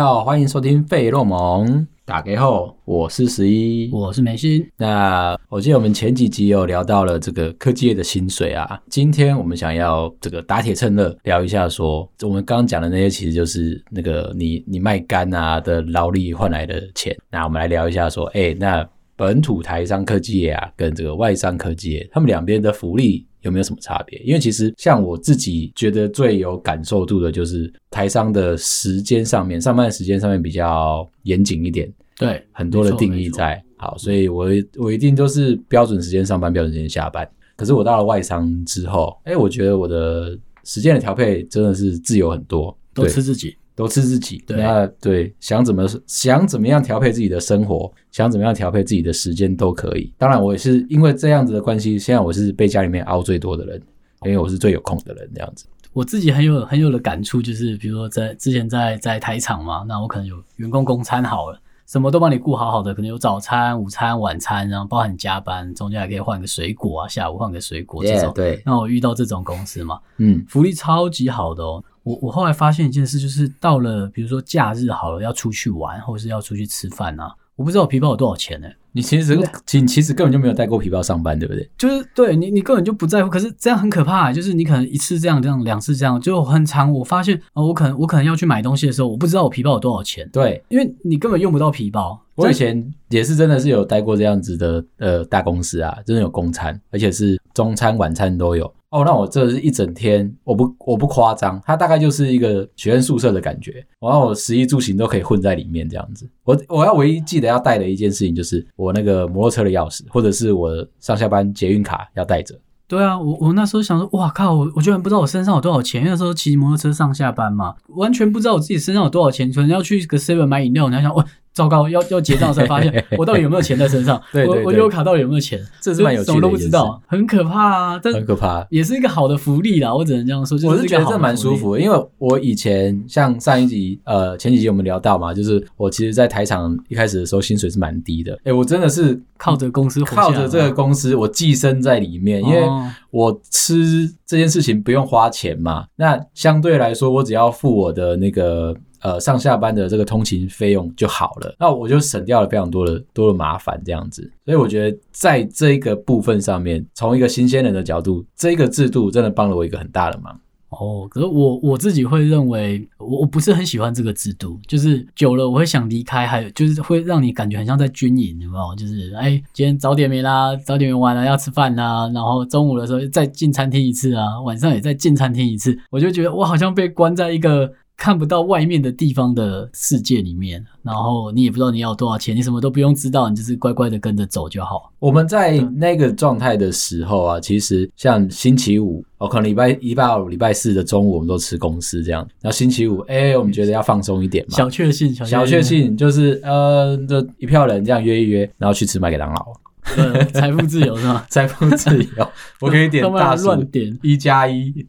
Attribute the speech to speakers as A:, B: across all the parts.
A: 哦欢迎收听《费洛蒙》。打给后，我是十一。
B: 我是梅心，
A: 那我记得我们前几集有聊到了这个科技业的薪水啊，今天我们想要这个打铁趁热聊一下说，我们刚刚讲的那些其实就是那个你你卖肝啊的劳力换来的钱。那我们来聊一下说，哎、那本土台商科技业啊，跟这个外商科技业，他们两边的福利。有没有什么差别？因为其实像我自己觉得最有感受度的就是台商的时间上面，上班的时间上面比较严谨一点，
B: 对，
A: 很多的
B: 没错
A: 定义。
B: 没错嗯
A: 在。好，所以我我一定都是标准时间上班，标准时间下班。可是我到了外商之后，哎、我觉得我的时间的调配真的是自由很多，
B: 都
A: 对
B: 吃自己，
A: 都吃自己。
B: 对
A: 那对，想怎么想怎么样调配自己的生活，想怎么样调配自己的时间都可以。当然，我也是因为这样子的关系，现在我是被家里面熬最多的人，因为我是最有空的人，这样子。
B: 我自己很有很有的感触，就是比如说在之前在在台场嘛，那我可能有员工公餐好了，什么都帮你顾好好的，可能有早餐、午餐、晚餐，然后包含加班，中间还可以换个水果啊，下午换个水果这种。
A: 对，
B: 那我遇到这种公司嘛，
A: 嗯，
B: 福利超级好的哦。我我后来发现一件事，就是到了比如说假日好了，要出去玩，或者是要出去吃饭啊，我不知道我皮包有多少钱呢、
A: 你其实其其实根本就没有带过皮包上班，对不对？
B: 就是对你，你根本就不在乎。可是这样很可怕、啊就是你可能一次这样，这样两次这样，就很长。我发现，呃，我可能我可能要去买东西的时候，我不知道我皮包有多少钱，
A: 对，
B: 因为你根本用不到皮包。
A: 我以前也是真的是有待过这样子的呃大公司啊，真的有公餐，而且是中餐晚餐都有。哦，那我这是一整天，我不我不夸张，它大概就是一个学生宿舍的感觉，然后我食衣住行都可以混在里面这样子。我我要唯一记得要带的一件事情就是我那个摩托车的钥匙，或者是我上下班捷运卡要带着。
B: 对啊，我我那时候想说，哇靠，我我居然不知道我身上有多少钱，因为那时候骑摩托车上下班嘛，完全不知道我自己身上有多少钱，可能要去个 seven 买饮料，你还想，哇，糟糕，要要结账才 发现我到底有没有钱在身上，
A: 对对
B: 我我
A: 对
B: 悠游卡到底有没有钱，
A: 这是蛮有趣
B: 就什
A: 的
B: 么都
A: 一
B: 不
A: 件
B: 知
A: 事
B: 道，很可怕啊，但
A: 很可怕。
B: 也是一个好的福利啦，我只能这样说，就
A: 我
B: 是
A: 是
B: 一
A: 觉
B: 个
A: 得
B: 好
A: 这
B: 的
A: 蛮
B: 福
A: 舒
B: 利
A: 服的，因为我以前像上一集呃前几集我们聊到嘛，就是我其实，在台场一开始的时候薪水是蛮低的，哎、我真的是
B: 靠着公司活下来
A: 靠着这个公司，我寄生在里面，因为
B: 哦
A: 我吃这件事情不用花钱嘛，那相对来说，我只要付我的那个呃上下班的这个通勤费用就好了，那我就省掉了非常多的多的麻烦这样子。所以我觉得在这个部分上面，从一个新鲜人的角度，这个制度真的帮了我一个很大的忙。
B: 哦，可是我我自己会认为，我我不是很喜欢这个制度，就是久了我会想离开，还有就是会让你感觉很像在军营，有没有？就是哎，今天早点没啦，早点没完了，要吃饭啦，然后中午的时候再进餐厅一次啊，晚上也再进餐厅一次，我就觉得我好像被关在一个看不到外面的地方的世界里面，然后你也不知道你要多少钱，你什么都不用知道，你就是乖乖的跟着走就好。
A: 我们在
B: 嗯
A: 那个状态的时候啊，其实像星期五，哦，可能礼拜一到礼拜四的中午，我们都吃公司这样。然后星期五，哎、我们觉得要放松一点嘛，
B: 小确幸，
A: 小
B: 小
A: 确，幸就是呃，这一票人这样约一约，然后去吃麦当劳，
B: 对财富自由是吗？
A: 再放自 由，我可以点
B: 他们
A: 大
B: 乱
A: 薯
B: 点。
A: 一加一。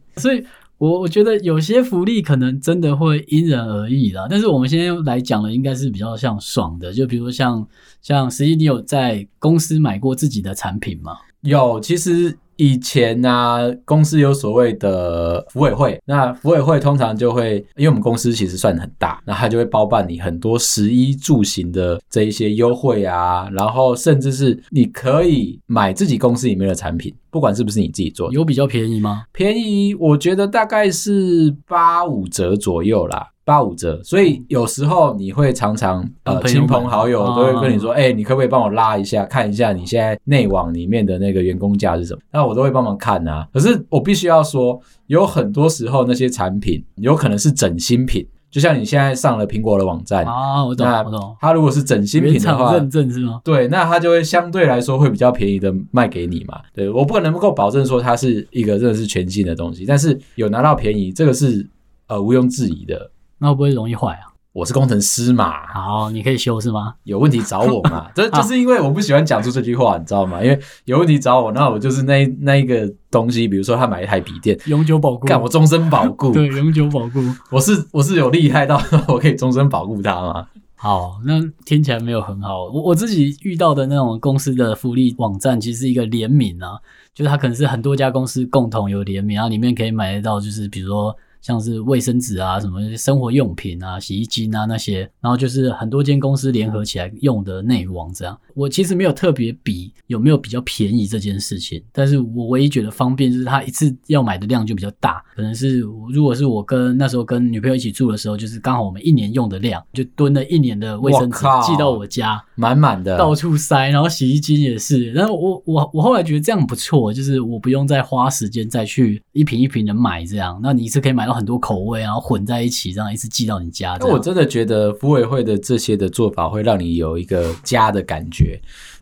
B: 我我觉得有些福利可能真的会因人而异啦，但是我们现在来讲的应该是比较像爽的，就比如像像十一，你有在公司买过自己的产品吗？
A: 有，其实以前啊，公司有所谓的服委会，那服委会通常就会，因为我们公司其实算很大，那他就会包办你很多食衣住行的这一些优惠啊，然后甚至是你可以买自己公司里面的产品，不管是不是你自己做的，
B: 有比较便宜吗？
A: 便宜，我觉得大概是八五折左右啦，八五折。所以有时候你会常常呃
B: 跟朋友
A: 亲
B: 们
A: 朋好友
B: 啊
A: 都会跟你说，哎、你可不可以帮我拉一下，看一下你现在内网里面的那个员工价是什么？那我都会帮忙看啊。可是我必须要说，有很多时候那些产品有可能是整新品，就像你现在上了苹果的网站，
B: 啊，我懂，
A: 哎那
B: 我懂，
A: 它如果是整新
B: 原
A: 品的
B: 厂
A: 话，
B: 认证是吗？
A: 对，那它就会相对来说会比较便宜的卖给你嘛。对我不可能够保证说它是一个真的是全新的东西，但是有拿到便宜，这个是呃毋庸置疑的。
B: 那会不会容易坏啊？
A: 我是工程师嘛，
B: 好，你可以修是吗？
A: 有问题找我 嘛。这就是因为我不喜欢讲出这句话，你知道吗？因为有问题找我，那我就是那一那一个东西，比如说他买一台笔电，
B: 永久保固，
A: 干我终身保固。
B: 对，永久保固。
A: 我是我是有厉害到 我可以终身保护它吗？
B: 好，那听起来没有很好。我我自己遇到的那种公司的福利网站，其实是一个联名啊，就是它可能是很多家公司共同有联名，然后里面可以买得到，就是比如说像是卫生纸啊、什么生活用品啊、洗衣精啊那些，然后就是很多间公司联合起来用的内网这样。我其实没有特别比有没有比较便宜这件事情，但是我唯一觉得方便就是它一次要买的量就比较大，可能是我如果是我跟那时候跟女朋友一起住的时候，就是刚好我们一年用的量，就蹲了一年的卫生纸
A: 我靠
B: 寄到我家，
A: 满满的，
B: 到处塞，然后洗衣机也是。然后我我我后来觉得这样不错，就是我不用再花时间再去一瓶一瓶的买这样，那你一次可以买到很多口味，然后混在一起，这样一次寄到你家这
A: 那我
B: 样。
A: 真的觉得服委会的这些的做法会让你有一个家的感觉。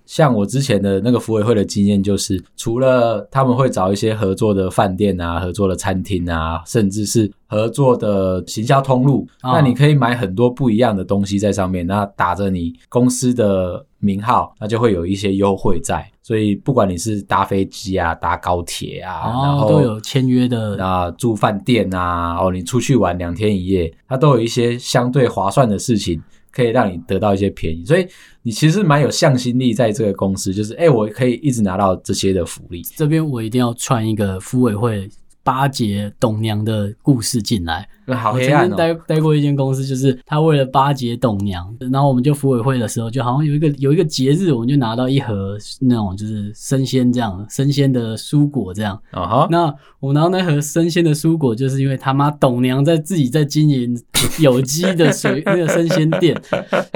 A: 像我之前的那个服委会的经验，就是除了他们会找一些合作的饭店啊、合作的餐厅啊，甚至是合作的行销通路，
B: 啊
A: 那你可以买很多不一样的东西在上面，那打着你公司的名号，那就会有一些优惠在。所以不管你是搭飞机啊、搭高铁啊，然
B: 哦
A: 后，
B: 都有签约的
A: 啊，住饭店啊，哦，你出去玩两天一夜，它都有一些相对划算的事情，可以让你得到一些便宜。所以你其实蛮有向心力在这个公司，就是哎、诶我可以一直拿到这些的福利。
B: 这边，我一定要串一个夫委会巴结董娘的故事进来。
A: 那好
B: 我
A: 黑
B: 曾
A: 暗
B: 经
A: 哦，
B: 待待过一间公司，就是他为了巴结董娘，然后我们就服委会的时候，就好像有一个有一个节日，我们就拿到一盒那种就是生鲜这样生鲜的蔬果这样。
A: 啊哈，
B: 那我拿到那盒生鲜的蔬果，就是因为他妈董娘在自己在经营有机的水那个生鲜店，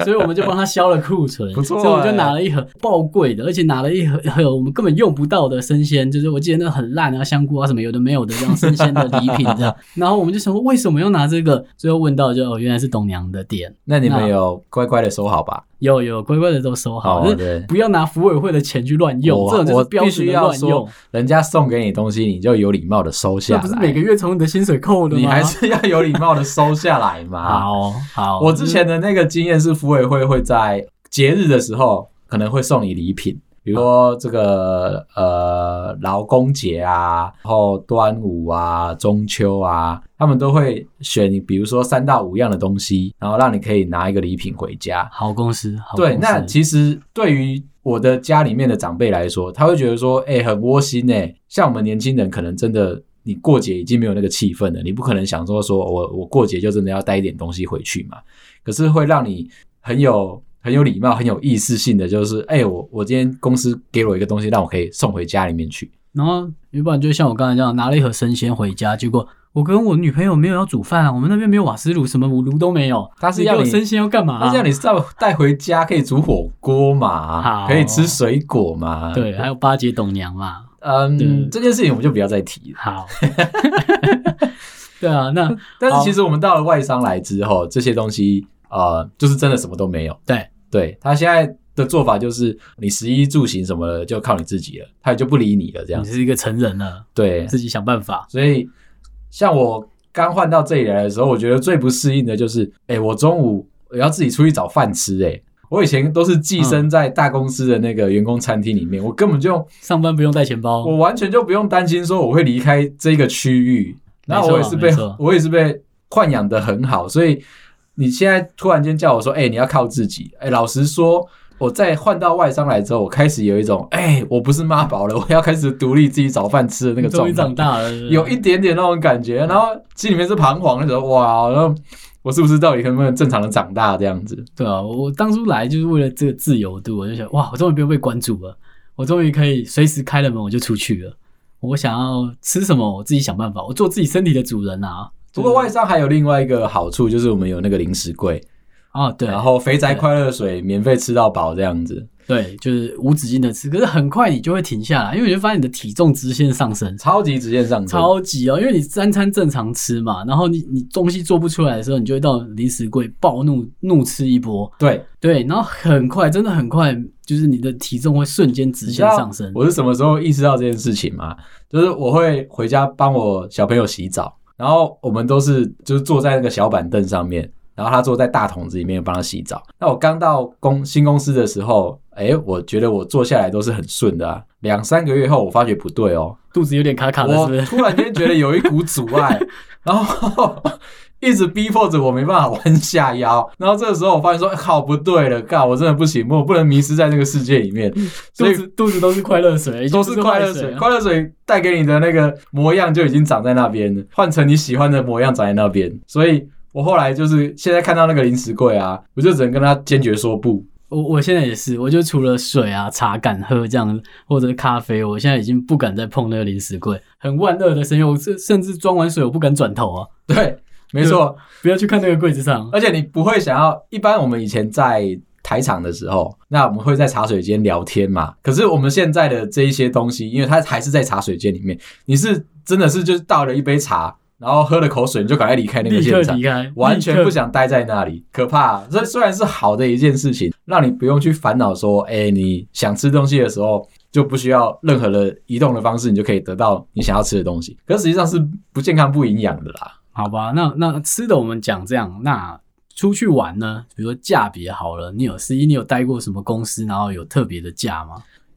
B: 所以我们就帮他消了库存。
A: 不错
B: 所以我
A: 欸
B: 就拿了一盒爆贵的，而且拿了一盒一盒我们根本用不到的生鲜，就是我记得那很烂啊，香菇啊什么有的没有的这样生鲜的礼品这样。然后我们就想说为什么要拿这个？最后问到就哦原来是董娘的店，
A: 那你们
B: 那
A: 有乖乖的收好吧？
B: 有有乖乖的都收好，
A: 哦
B: 就是
A: 对
B: 不要拿服委会的钱去乱用，这
A: 我
B: 种就
A: 我
B: 是标
A: 必须
B: 准的
A: 要
B: 乱
A: 说
B: 用。，
A: 人家送给你东西，你就有礼貌的收下
B: 这
A: 来。
B: 不是每个月从你的薪水扣的吗？
A: 你还是要有礼貌的收下来嘛。
B: 好好，
A: 啊我之前的那个经验是，服委会会在节日的时候可能会送你礼品，比如说这个呃劳工节啊，然后端午啊、中秋啊，他们都会选比如说三到五样的东西，然后让你可以拿一个礼品回家。
B: 好公司，好
A: 对，
B: 公司
A: 那其实对于我的家里面的长辈来说，他会觉得说，哎、很窝心哎、像我们年轻人，可能真的你过节已经没有那个气氛了，你不可能想说，说我我过节就真的要带一点东西回去嘛。可是会让你很有很有礼貌、很有意识性的，就是，哎、我我今天公司给我一个东西，让我可以送回家里面去。
B: 然后原本就像我刚才这样，拿了一盒生鲜回家，结果我跟我女朋友没有要煮饭啊，我们那边没有瓦斯炉，什么炉都没有。
A: 他是
B: 你给
A: 要
B: 我
A: 你
B: 生鲜要干嘛、
A: 那这样你是要带回家可以煮火锅嘛，
B: 好
A: 可以吃水果嘛？
B: 对，还有巴结董娘嘛。对
A: 嗯，这件事情我们就不要再提了。
B: 好，对啊，那
A: 但是其实我们到了外商来之后，这些东西呃，就是真的什么都没有。
B: 对，
A: 对他现在的做法就是，你食衣住行什么的就靠你自己了，他也就不理你了，这样
B: 你是一个成人了，
A: 对，
B: 自己想办法。
A: 所以像我刚换到这里来的时候，我觉得最不适应的就是，哎、我中午我要自己出去找饭吃、诶哎。我以前都是寄生在大公司的那个员工餐厅里面，我根本就
B: 上班不用带钱包，
A: 我完全就不用担心说我会离开这个区域。
B: 没
A: 那
B: 错
A: 我也是被
B: 没错
A: 我也是被豢养的很好，所以你现在突然间叫我说，哎、你要靠自己。哎、老实说，我在换到外商来之后，我开始有一种，哎、我不是妈宝了，我要开始独立自己找饭吃的那个
B: 终于
A: 状
B: 长
A: 态，
B: 大了，对不对
A: 有一点点那种感觉。然后心里面是彷徨的时候，哇，然后我是不是到底能不能正常的长大这样子？
B: 对啊，我我当初来就是为了这个自由度，我就想，哇，我终于不用被关注了，我终于可以随时开了门我就出去了。我想要吃什么，我自己想办法，我做自己身体的主人啊。
A: 不过外商还有另外一个好处，就是我们有那个零食柜，
B: 啊，对，
A: 然后肥宅快乐水免费吃到饱这样子。
B: 对，就是无止境的吃，可是很快你就会停下来，因为你就发现你的体重直线上升，
A: 超级直线上升，
B: 超级哦，因为你三餐正常吃嘛，然后你你东西做不出来的时候，你就会到零食柜暴怒怒吃一波，
A: 对，
B: 对，然后很快，真的很快，就是你的体重会瞬间直
A: 直
B: 线上升。
A: 我是什么时候意识到这件事情吗？就是我会回家帮我小朋友洗澡，然后我们都是就是坐在那个小板凳上面，然后他坐在大桶子里面帮他洗澡。那我刚到公新公司的时候，哎、我觉得我坐下来都是很顺的啊。两三个月后，我发觉不对哦，
B: 肚子有点卡卡的，是不
A: 我
B: 是？
A: 突然间觉得有一股阻碍，然后一直逼迫着我没办法弯下腰。然后这个时候我发现说，哎靠，不对了，靠，我真的不行，我不能迷失在这个世界里面。所
B: 肚
A: 以
B: 子肚子都是快乐水，已啊经
A: 都
B: 不
A: 是
B: 是
A: 快乐
B: 坏
A: 水，啊
B: 了
A: 快乐水带给你的那个模样就已经长在那边了，换成你喜欢的模样长在那边。所以我后来就是现在看到那个零食柜啊，我就只能跟他坚决说不。
B: 我我现在也是，我就除了水啊、茶敢喝这样，或者是咖啡，我现在已经不敢再碰那个零食柜，很万恶的声音。我甚甚至装完水，我不敢转头啊，
A: 对，没错，
B: 不要去看那个柜子 上。
A: 而且你不会想要，一般我们以前在。台场的时候，那我们会在茶水间聊天嘛？可是我们现在的这一些东西，因为它还是在茶水间里面，你是真的是就是倒了一杯茶，然后喝了口水，你就赶快离开那个
B: 立
A: 现
B: 刻
A: 场
B: 离。开，
A: 完全不
B: 立刻。
A: 想待在那里，可怕、这虽然是好的一件事情，让你不用去烦恼说，哎、你想吃东西的时候就不需要任何的移动的方式，你就可以得到你想要吃的东西。可实际上是不健康、不营养的啦。
B: 好吧，那那吃的我们讲这样，那出去玩呢？比如说价别好了，你有十一，你有待过什么公司，然后有特别的价吗？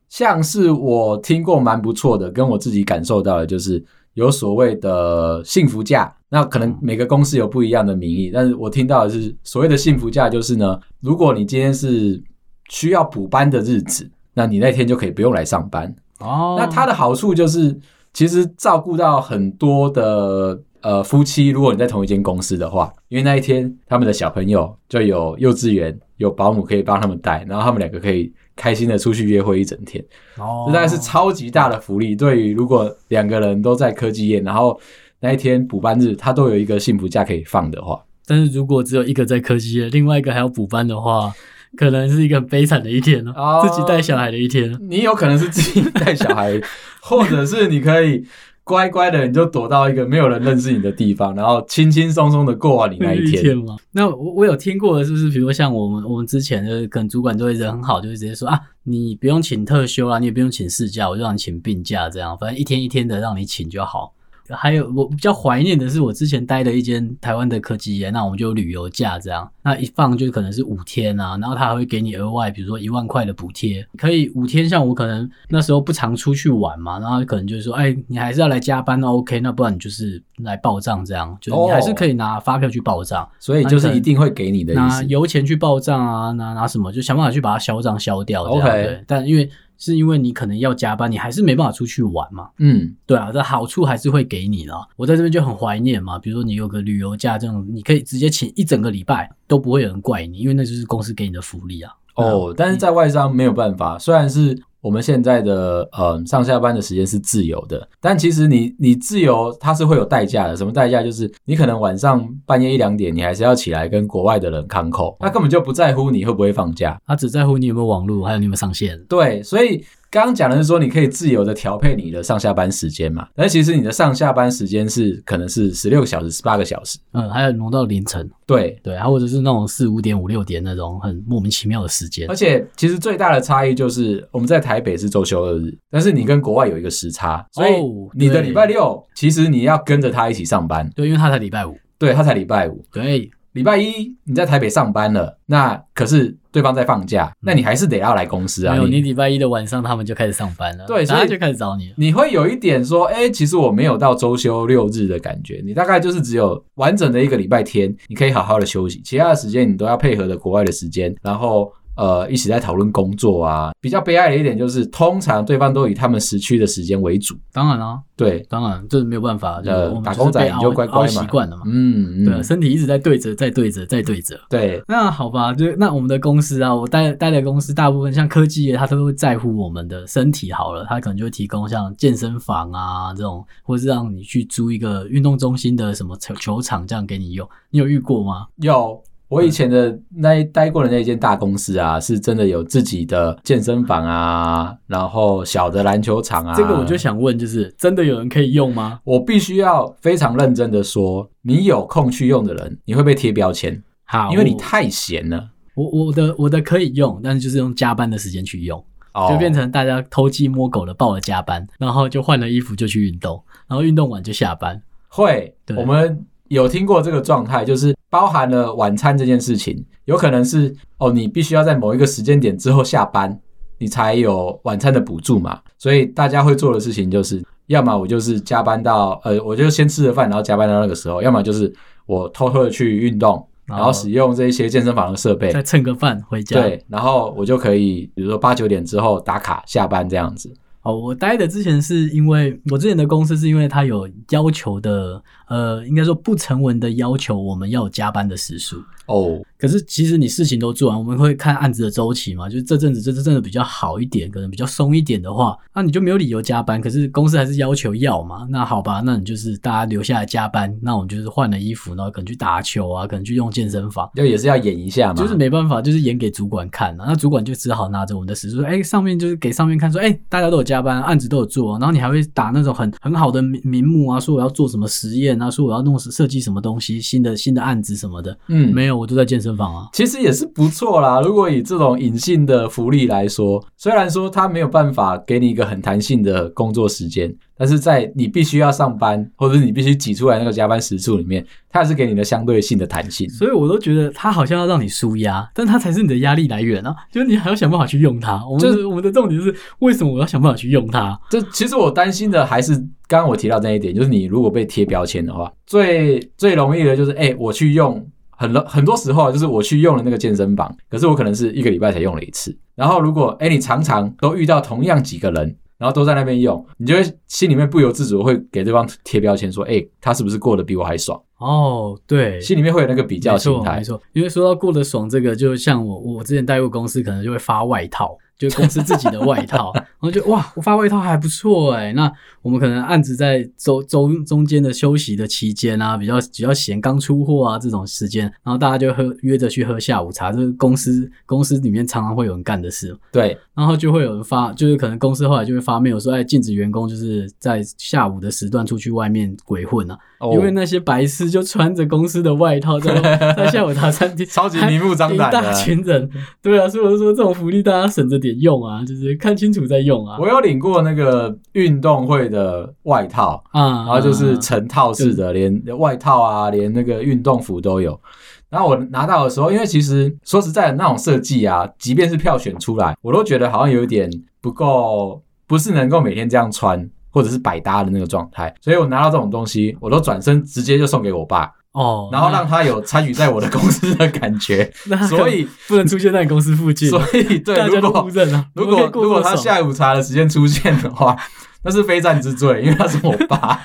A: 像是我听过蛮不错的，跟我自己感受到的就是有所谓的幸福假。那可能每个公司有不一样的名义，但是我听到的是所谓的幸福假，就是呢，如果你今天是需要补班的日子，那你那天就可以不用来上班。
B: 哦，
A: 那它的好处就是，其实照顾到很多的呃夫妻，如果你在同一间公司的话，因为那一天他们的小朋友就有幼稚园有保姆可以帮他们带，然后他们两个可以开心的出去约会一整天，
B: 哦
A: 这大概是超级大的福利。对于如果两个人都在科技业，然后那一天补班日，他都有一个幸福假可以放的话，
B: 但是如果只有一个在科技业，另外一个还要补班的话，可能是一个很悲惨的一天
A: 哦
B: 哦，自己带小孩的一天。哦
A: 你有可能是自己带小孩，或者是你可以乖乖的，你就躲到一个没有人认识你的地方，然后轻轻松松的过完你那一
B: 一
A: 天。
B: 天吗？那我我有听过的，就是比如说像我们我们之前的，可能主管都会人很好，就会直接说啊，你不用请特休啊啦，你也不用请事假，我就让你请病假，这样反正一天一天的让你请就好。还有我比较怀念的是，我之前待的一间台湾的科技业，那我们就有旅游假这样，那一放就可能是五天啊，然后他还会给你额外，比如说一万块的补贴，可以五天。像我可能那时候不常出去玩嘛，然后可能就是说，哎，你还是要来加班，那 OK，那不然你就是来报账这样，就是你还是可以拿发票去报账。
A: 所以就是一定会给你的意
B: 拿
A: 思。
B: 油钱去报账啊，拿拿什么就想办法去把它销账消掉这样。
A: OK
B: 对，但因为是因为你可能要加班，你还是没办法出去玩嘛。
A: 嗯，
B: 对啊，这好处还是会给你啦。我在这边就很怀念嘛，比如说你有个旅游假这种，你可以直接请一整个礼拜都不会有人怪你，因为那就是公司给你的福利啊。
A: 哦，但是在外商没有办法，虽然是。我们现在的呃上下班的时间是自由的，但其实你你自由它是会有代价的。什么代价？就是你可能晚上半夜一两点，你还是要起来跟国外的人抗口，他根本就不在乎你会不会放假。
B: 他只在乎你有没有网络，还有你有没有上线。
A: 对，所以刚刚讲的是说，你可以自由的调配你的上下班时间嘛。但其实你的上下班时间是可能是十六个小时、十八个小时。
B: 嗯，还有挪到凌晨，
A: 对，
B: 对，还或者是那种四五点、五六点那种很莫名其妙的时间
A: 而。且其实最大的差异就是我们在台北是周休二日，但是你跟国外有一个时差，所以
B: 哦
A: 你的
B: 对
A: 礼拜六其实你要跟着他一起上班，
B: 对，因为他才礼拜五。
A: 对他才礼拜五。
B: 对，
A: 礼拜一你在台北上班了，那可是对方在放假，那你还是得要来公司啊
B: 没。有你
A: 你
B: 礼拜一的晚上他们就开始上班了，
A: 对
B: 然
A: 所
B: 后
A: 以
B: 他就开始找你了。
A: 你会有一点说，哎、其实我没有到周休六日的感觉，你大概就是只有完整的一个礼拜天，你可以好好的休息，其他的时间你都要配合着国外的时间，然后。呃，一起在讨论工作啊。比较悲哀的一点就是，通常对方都以他们时区的时间为主。
B: 当然啊，
A: 对，
B: 当然这是没有办法，就是
A: 呃
B: 我们
A: 打
B: 就是
A: 工仔
B: 被
A: 你就
B: 熬
A: 乖乖
B: 熬
A: 嘛
B: 习惯了嘛。
A: 嗯，嗯
B: 对，身体一直在对折，再对折，再对折。
A: 对，
B: 那好吧，就那我们的公司啊，我待待的公司大部分像科技业，它都会在乎我们的身体好了，它可能就会提供像健身房啊这种，或是让你去租一个运动中心的什么球球场这样给你用。你有遇过吗？
A: 有。我以前的那一待过的那间大公司啊，是真的有自己的健身房啊，然后小的篮球场啊。
B: 这个我就想问，就是真的有人可以用吗？
A: 我必须要非常认真的说，你有空去用的人，你会被贴标签，
B: 好，
A: 因为你太闲了，
B: 我我的我的可以用，但是就是用加班的时间去用，
A: 哦
B: 就变成大家偷鸡摸狗的报了加班，然后就换了衣服就去运动，然后运动完就下班。
A: 会。
B: 对
A: 我们有听过这个状态，就是包含了晚餐这件事情，有可能是哦，你必须要在某一个时间点之后下班，你才有晚餐的补助嘛。所以大家会做的事情就是，要么我就是加班到呃，我就先吃了饭，然后加班到那个时候；要么就是我偷偷的去运动，
B: 然
A: 然
B: 后
A: 后使用这些健身房的设备
B: 再，蹭个饭回家。
A: 对，然后我就可以，比如说八九点之后打卡下班这样子。
B: 哦，我待的之前是因为我之前的公司是因为它有要求的，呃，应该说不成文的要求，我们要有加班的时数。
A: 哦，
B: 可是其实你事情都做完，我们会看案子的周期嘛，就是这阵子这阵子比较好一点，可能比较松一点的话，那你就没有理由加班。可是公司还是要求要嘛，那好吧，那你就是大家留下来加班，那我们就是换了衣服，然后可能去打球啊，可能去用健身房。
A: 就也是要演一下嘛，
B: 就是没办法，就是演给主管看啊。那主管就只好拿着我们的时数，哎、上面就是给上面看说，哎、大家都有加班，案子都有做、啊，然后你还会打那种很很好的名名目啊，说我要做什么实验啊，说我要弄设计什么东西，新的新的案子什么的。
A: 嗯，
B: 没有，我都在健身房啊。
A: 其实也是不错啦。如果以这种隐性的福利来说，虽然说它没有办法给你一个很弹性的工作时间，但是在你必须要上班，或者是你必须挤出来那个加班时数里面，它还是给你的相对性的弹性。
B: 所以我都觉得他好像要让你舒压，但他才是你的压力来源啊！就是你还要想办法去用它。我们、
A: 就是
B: 我们的重点是，为什么我要想办法去用它？
A: 这其实我担心的还是刚刚我提到这一点，就是你如果被贴标签的话，最最容易的就是哎、我去用。很多很多时候啊就是我去用了那个健身房，可是我可能是一个礼拜才用了一次。然后如果哎、你常常都遇到同样几个人，然后都在那边用，你就会心里面不由自主地会给对方贴标签，说哎、他是不是过得比我还爽？
B: 哦，对，
A: 心里面会有那个比较
B: 没
A: 心
B: 错，
A: 态
B: 没。错，因为说到过得爽这个，就像我我之前带过公司，可能就会发外套，就公司自己的外 套，然后就哇，我发外套还不错哎。那我们可能案子在周周中间的休息的期间啊，比较比较闲，刚出货啊这种时间，然后大家就喝约着去喝下午茶，这是公司公司里面常常会有人干的事。
A: 对，
B: 然后就会有人发，就是可能公司后来就会发 mail 说，哎，禁止员工就是在下午的时段出去外面鬼混啊，
A: 哦
B: 因为那些白痴就穿着公司的外 套在在下午茶餐厅，
A: 超级明目张胆
B: 一
A: 的
B: 大群人，对啊，所以我就说这种福利大家省着点用啊，就是看清楚再用啊。
A: 我有领过那个运动会的外套，
B: 啊，
A: 然后就是成套式的，连外套啊，连那个运动服都有。然后我拿到的时候，因为其实说实在的，那种设计啊，即便是票选出来，我都觉得好像有一点不够，不是能够每天这样穿，或者是百搭的那个状态。所以我拿到这种东西，我都转身直接就送给我爸，
B: 哦，
A: 然后让
B: 那
A: 他有参与在我的公司的感 觉。
B: 那
A: 所以，
B: 不能出现在你公司附近，啊
A: 所 以对，
B: 大家
A: 如
B: 都
A: 果
B: 不认啊。
A: 如
B: 我们可
A: 果
B: 以过
A: 如果
B: 这
A: 他
B: 种
A: 下午茶的时间出现的话，那是非战之罪，因为他是我爸。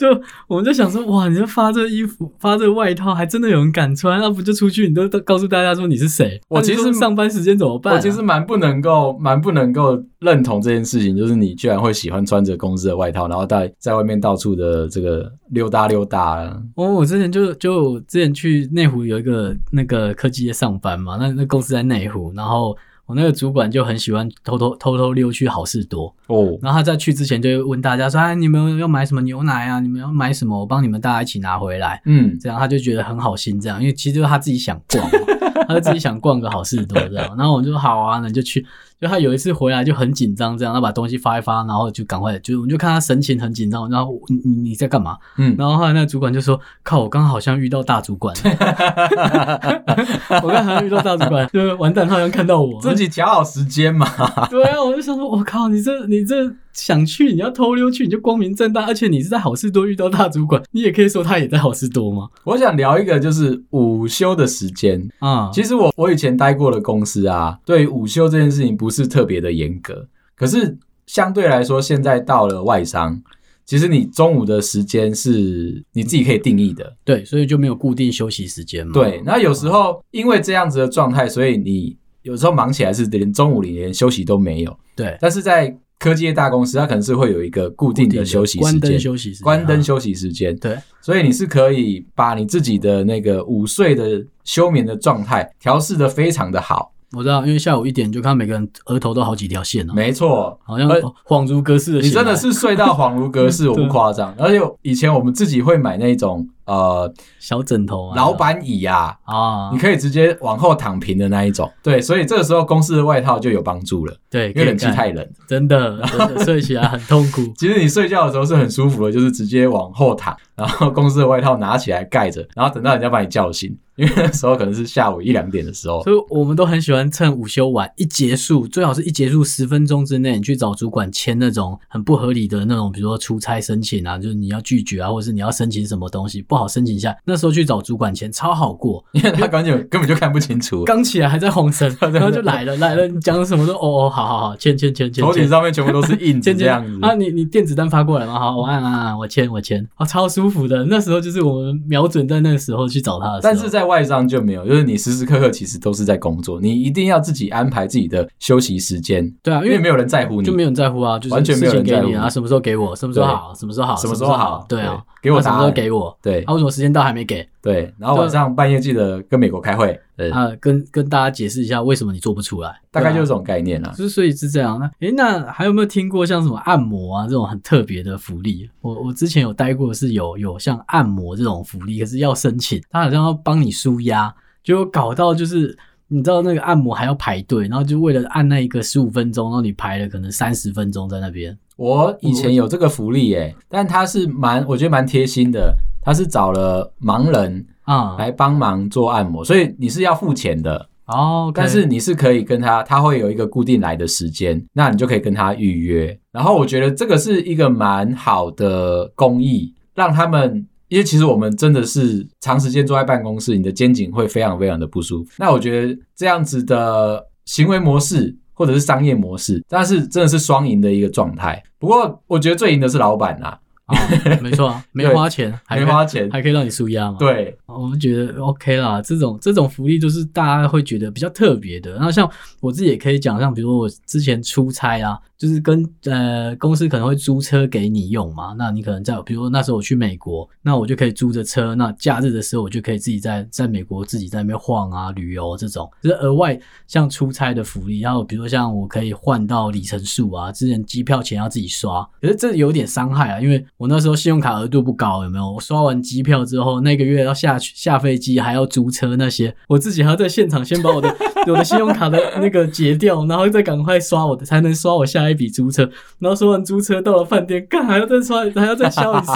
B: 就我们就想说，哇，你就发这衣服，发这外套，还真的有人敢穿，那不就出去，你都都告诉大家说你是谁？
A: 我
B: 那你
A: 其实
B: 说上班时间怎么办啊、
A: 我其实蛮不能够，蛮不能够认同这件事情，就是你居然会喜欢穿着公司的外套，然后在在外面到处的这个溜达溜达。啊
B: 我哦我之前就就我之前去内湖有一个那个科技业上班嘛，那那公司在内湖，然后我那个主管就很喜欢偷偷偷偷溜去好事多，
A: 哦，
B: 然后他在去之前就会问大家说，哎，你们要买什么牛奶啊？你们要买什么？我帮你们大家一起拿回来。
A: 嗯，
B: 这样他就觉得很好心，这样，因为其实就是他自己想逛嘛，他就自己想逛个好事多这样。然后我们就好啊，那你就去。就他有一次回来就很紧张，这样，他把东西发一发，然后就赶快，就我们就看他神情很紧张，然后我你你你在干嘛？
A: 嗯
B: 然后后来那个主管就说：“靠，我刚刚好像遇到大主管， 我刚刚好像遇到大主管，就是完蛋，他好像看到我。”
A: 自己调好时间嘛。
B: 对啊，我就想说，我靠，你这你这想去，你要偷溜去，你就光明正大，而且你是在好事多遇到大主管，你也可以说他也在好事多嘛。
A: 我想聊一个就是午休的时间。
B: 啊、
A: 其实我我以前待过的公司啊，对于午休这件事情不是特别的严格，可是相对来说，现在到了外商，其实你中午的时间是你自己可以定义的。
B: 对，所以就没有固定休息时间嘛。
A: 对，那有时候因为这样子的状态，所以你有时候忙起来是连中午你连休息都没有。
B: 对，
A: 但是在科技业大公司，它可能是会有一个固定的休息时
B: 关灯
A: 间，
B: 休息时间，啊
A: 关灯休息时间，
B: 对，
A: 所以你是可以把你自己的那个午睡的休眠的状态调试的非常的好。
B: 我知道，因为下午一点就看到每个人额头都好几条线了、
A: 没错，
B: 好像哦
A: 呃
B: 恍如隔世的。
A: 你真的是睡到恍如隔世，我不夸张。而且以前我们自己会买那种呃
B: 小枕头啊，
A: 老板椅啊，
B: 啊
A: 你，可以直接往后躺平的那一种。对，所以这个时候公司的外套就有帮助了，
B: 对，
A: 因为冷
B: 可
A: 气
B: 以盖
A: 太冷。
B: 真的，真的睡起来很痛 苦。
A: 其实你睡觉的时候是很舒服的，就是直接往后躺，然后公司的外套拿起来盖着，然后等到人家把你叫醒，因为那时候可能是下午一两点的时候。
B: 所以我们都很喜欢趁午休晚一结束，最好是一结束十分钟之内，你去找主管签那种很不合理的那种，比如说出差申请啊，就是你要拒绝啊，或者是你要申请什么东西不好申请一下，那时候去找主管签超好过。
A: 因为他根本根本就看不清楚，
B: 刚起来还在晃神，然后就来了来了，你讲什么都哦哦，好好好，签签签签，
A: 头
B: 签
A: 顶上面全部都是印子
B: 签
A: 这
B: 签
A: 样子。
B: 啊，你你电子单发过来吗？好，我按按按，我签我签，啊，超舒服的。那时候就是我们瞄准在那个时候去找他的时候，
A: 但是在外商就没有，就是你时时刻刻其实都是在工作，你一定要自己安排自己的休息时间，
B: 对啊，因
A: 因
B: 为
A: 为没有人在乎你，
B: 就没有人在乎啊，就是
A: 完全没有
B: 事
A: 人
B: 情
A: 在乎
B: 给你啊，什么时候给我，什么时候好，什么时候好，
A: 什
B: 么
A: 么
B: 时
A: 时候好，
B: 对啊，，
A: 给我
B: 啊什
A: 答
B: 么时候
A: 案，
B: 给我，
A: 对
B: 啊，为什么时间到还没给？
A: 对，然后晚上半夜记得跟美国开会，对，
B: 啊，跟跟大家解释一下为什么你做不出来，
A: 大概就是
B: 对啊。
A: 这种概念啦。
B: 就是所以是这样，那诶，那还有没有听过像什么按摩啊这种很特别的福利？我我之前有待过，是有有像按摩这种福利，可是要申请，他好像要帮你舒压，就搞到就是你知道那个按摩还要排队，然后就为了按那一个十五分钟，然后你排了可能三十分钟在那边。
A: 我以前有这个福利耶、但他是蛮，我觉得蛮贴心的，他是找了盲人
B: 啊、
A: 来帮忙做按摩，所以你是要付钱的，
B: 哦，
A: 但是你是可以跟他，他会有一个固定来的时间，那你就可以跟他预约。然后我觉得这个是一个蛮好的公益，让他们。因为其实我们真的是长时间坐在办公室，你的肩颈会非常非常的不舒服。那我觉得这样子的行为模式或者是商业模式，但是真的是双赢的一个状态。不过我觉得最赢的是老板啦、
B: 啊、没 错啊，没花钱，还可
A: 没
B: 以
A: 花钱。
B: 还可以让你舒压嘛。，哦
A: 对，
B: 我们觉得 OK 啦，这种这种福利就是大家会觉得比较特别的。然后像我自己也可以讲，像比如说我之前出差啊，就是跟呃公司可能会租车给你用嘛，那你可能在比如说那时候我去美国，那我就可以租着车，那假日的时候我就可以自己在在美国自己在那边晃啊旅游这种，就是额外像出差的福利。然后比如说像我可以换到里程数啊，之前机票钱要自己刷，可是这有点伤害啊，因为我那时候信用卡额度不高，有没有？我刷完机票之后，那个月要下去下飞机，还要租车那些，我自己还要在现场先把我的 我的信用卡的那个结掉，然后再赶快刷我的，才能刷我下一笔租车。然后刷完租车到了饭店，干还要再刷，还要再消一 次，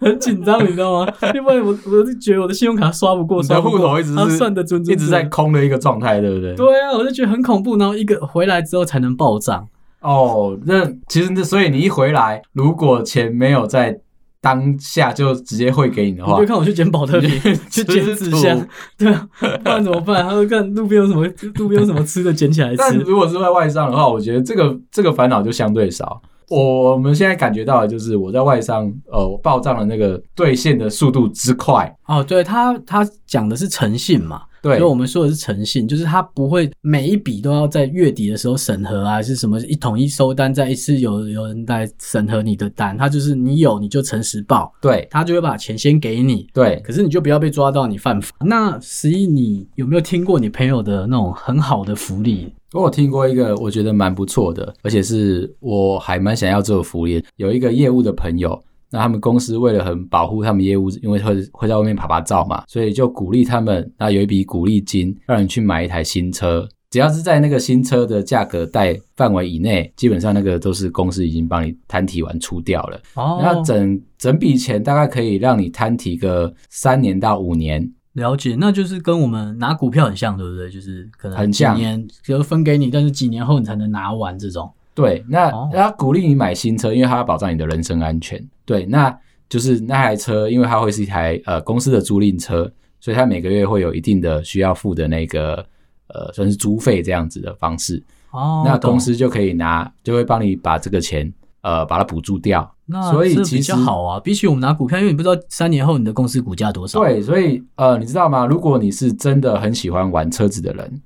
B: 很紧张，你知道吗？要不然我我就觉得我的信用卡刷不过，
A: 你
B: 刷
A: 的
B: 不
A: 户
B: 过，
A: 头一直
B: 然后
A: 是
B: 算的准准，
A: 一直在。空的一个状态，对不对？
B: 对啊，我就觉得很恐怖，然后一个回来之后才能报账。
A: 哦，那其实那所以你一回来，如果钱没有在当下就直接汇给你的
B: 你
A: 话
B: 就，看我去捡保特瓶， 去捡
A: 吃
B: 纸
A: 土
B: 箱，对啊，不然怎么办？他说看路边有什么，路边有什么吃的捡起来
A: 但
B: 吃。
A: 如果是在外商的话，我觉得这个这个烦恼就相对少。我我们现在感觉到的就是我在外商，呃，我报账的那个兑现的速度之快，
B: 哦，对他他讲的是诚信嘛，
A: 对
B: 所以，我们说的是诚信，就是他不会每一笔都要在月底的时候审核啊，是什么一统一收单，再一次有有人来审核你的单，他就是你有你就诚实报，
A: 对，
B: 他就会把钱先给你。
A: 对，
B: 可是你就不要被抓到你犯法。那十一，你有没有听过你朋友的那种很好的福利？
A: 我有听过一个我觉得蛮不错的，而且是我还蛮想要这个福利。有一个业务的朋友，那他们公司为了很保护他们业务，因为会会在外面爬爬照嘛，所以就鼓励他们，那有一笔鼓励金，让你去买一台新车。只要是在那个新车的价格带范围以内，基本上那个都是公司已经帮你摊提完出掉了。
B: 哦
A: 那整整笔钱大概可以让你摊提个三年到五年，
B: 了解，那就是跟我们拿股票很像，对不对？就是可能
A: 很
B: 几
A: 像
B: 年就分给你，但是几年后你才能拿完这种。
A: 对，那
B: 哦
A: 他鼓励你买新车，因为他要保障你的人身安全。对，那就是那台车，因为它会是一台呃公司的租赁车，所以它每个月会有一定的需要付的那个呃算是租费这样子的方式。
B: 哦
A: 那公司就可以拿，就会帮你把这个钱呃把它补助掉。
B: 那
A: 所以
B: 这
A: 其
B: 比较
A: 实
B: 好啊，比起我们拿股票，因为你不知道三年后你的公司股价多少。，
A: 对，所以呃，你知道吗？如果你是真的很喜欢玩车子的人，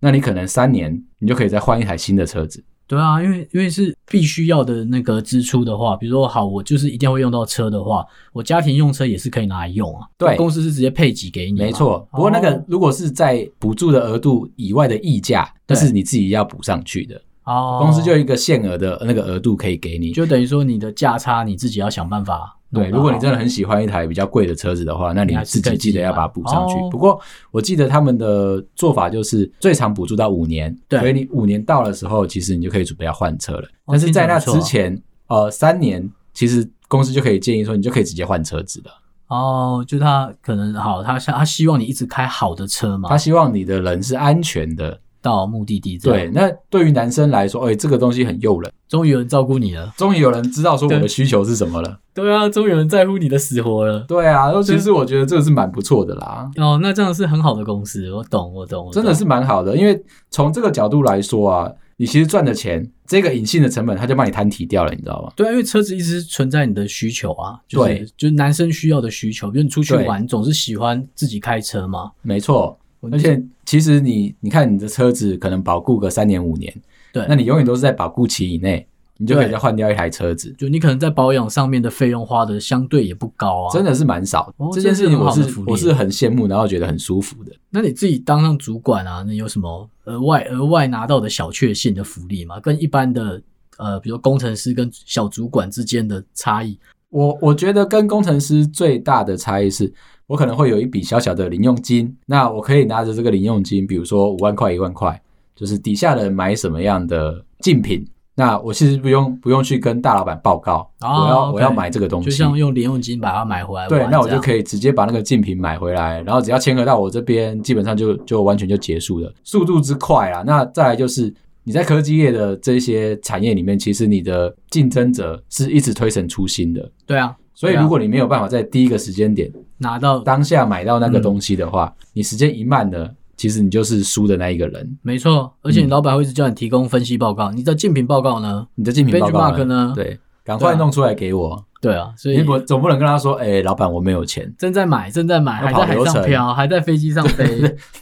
A: 那你可能三年你就可以再换一台新的车子。
B: 对啊，因为因为是必须要的那个支出的话，比如说好，我就是一定会用到车的话，我家庭用车也是可以拿来用啊。
A: 对
B: 公司是直接配给给你。
A: 没。错，不过那个
B: 哦
A: 如果是在补助的额度以外的溢价，那
B: 对
A: 是你自己要补上去的。
B: 哦，
A: 公司就有一个限额的那个额度可以给你。
B: 就等于说你的价差你自己要想办法弄
A: 对，
B: 到。哦
A: 如果你真的很喜欢一台比较贵的车子的话，那你
B: 你还是
A: 自
B: 可
A: 己
B: 以
A: 记得要把它补上去
B: 自己买哦。
A: 不过我记得他们的做法就是最长补助到五年，
B: 对
A: 所以你五年到的时候，其实你就可以准备要换车了。
B: 哦
A: 但是在那
B: 听起来
A: 之
B: 不错
A: 前，呃，三年其实公司就可以建议说，你就可以直接换车子了。
B: 哦，就他可能好，他他希望你一直开好的车嘛，
A: 他希望你的人是安全的。
B: 到目的地这
A: 对，，
B: 样
A: 那对于男生来说，哎，这个东西很诱人。
B: 终于有人照顾你了。
A: 终于有人知道说我的
B: 对
A: 需求是什么了。
B: 对啊，终于有人在乎你的死活了。
A: 对啊，其实我觉得这个是蛮不错的啦。
B: 哦，那这样是很好的公司，我懂，我懂，我懂
A: 真的是蛮好的，因为从这个角度来说啊，你其实赚的钱，这个隐性的成本，他就帮你摊提掉了，你知道吗？
B: 对啊，因为车子一直存在你的需求啊，就
A: 对
B: 是就是男生需要的需求，比如你出去
A: 对
B: 玩总是喜欢自己开车嘛，
A: 没错，
B: 我
A: 而且其实你你看你的车子可能保固个三年五年，
B: 对
A: 那你永远都是在保固期以内，你就可以再换掉一台车子，
B: 就你可能在保养上面的费用花的相对也不高啊。
A: 真的是蛮少的。
B: 哦
A: 这件事情我
B: 这是很好的
A: 是
B: 福利
A: 我是很羡慕，然后觉得很舒服的。
B: 那你自己当上主管啊，你有什么额外额外拿到的小确幸的福利吗？跟一般的呃，比如工程师跟小主管之间的差异
A: 我我觉得跟工程师最大的差异是，我可能会有一笔小小的零用金，那我可以拿着这个零用金，比如说五万块、一万块，就是底下的人买什么样的竞品，那我其实不用不用去跟大老板报告，
B: 哦
A: 我要、
B: OK
A: 我要买这个东西，
B: 就像用零用金把它买回来玩这
A: 对，
B: 样，
A: 那我就可以直接把那个竞品买回来，然后只要签合到我这边，基本上就就完全就结束了，速度之快啊！那再来就是你在科技业的这些产业里面，其实你的竞争者是一直推陈出新的。
B: 对啊，
A: 所以，如果你没有办法在第一个时间点
B: 拿到
A: 当下买到
B: 嗯
A: 那个东西的话，你时间一慢呢，其实你就是输的那一个人。
B: 没错，而且你
A: 嗯
B: 老板会一直叫你提供分析报告，你的竞品报告呢？
A: 你的竞品报告
B: Benchmark 呢
A: 对，赶快
B: 对啊
A: 弄出来给我。
B: 对啊，所以
A: 你不总不能跟他说，哎、老板，我没有钱。
B: 正在买，正在买，
A: 要
B: 还
A: 跑
B: 在海
A: 流
B: 上
A: 程
B: 漂，还在飞机上 飞，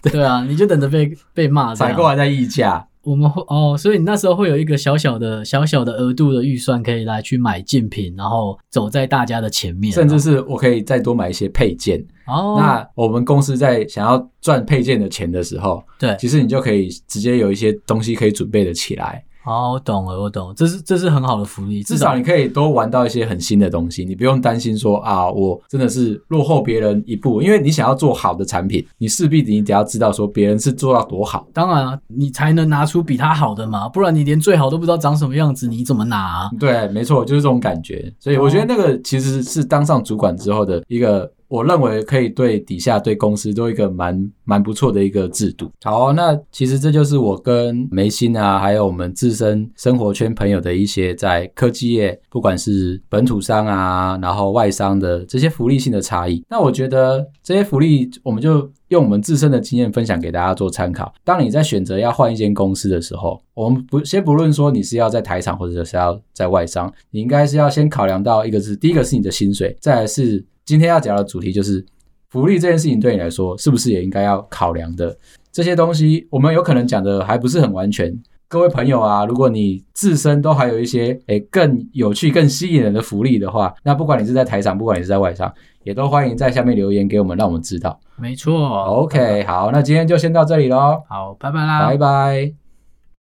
B: 对啊，你就等着被被骂这
A: 采
B: 样
A: 购。还在议价，
B: 我们会哦，所以你那时候会有一个小小的、小小的额度的预算，可以来去买竞品，然后走在大家的前面，
A: 甚至是我可以再多买一些配件。
B: 啊哦，
A: 那我们公司在想要赚配件的钱的时候，
B: 对，
A: 其实你就可以直接有一些东西可以准备的起来，
B: 哦，我懂了，我懂了，这是这是很好的福利，
A: 至少你可以多玩到一些很新的东西，你不用担心说啊，我真的是落后别人一步，因为你想要做好的产品，你势必你得要知道说别人是做到多好。
B: 当然啊，你才能拿出比他好的嘛，不然你连最好都不知道长什么样子，你怎么拿啊、
A: 对，没错，就是这种感觉。所以我觉得那个其实是当上主管之后的一个，我认为可以对底下、对公司都一个蛮蛮不错的一个制度。好，那其实这就是我跟梅心啊，还有我们自身生活圈朋友的一些在科技业，不管是本土商啊，然后外商的这些福利性的差异。那我觉得这些福利，我们就用我们自身的经验分享给大家做参考。当你在选择要换一间公司的时候，我们不先不论说你是要在台厂或者是要在外商，你应该是要先考量到一个是第一个是你的薪水，再来是今天要讲的主题就是福利这件事情对你来说是不是也应该要考量的这些东西，我们有可能讲的还不是很完全。各位朋友啊，如果你自身都还有一些诶更有趣、更吸引人的福利的话，那不管你是在台上，不管你是在外上，也都欢迎在下面留言给我们，让我们知道。
B: 没错
A: OK，好，那今天就先到这里喽，
B: 好，拜拜啦，
A: 拜拜。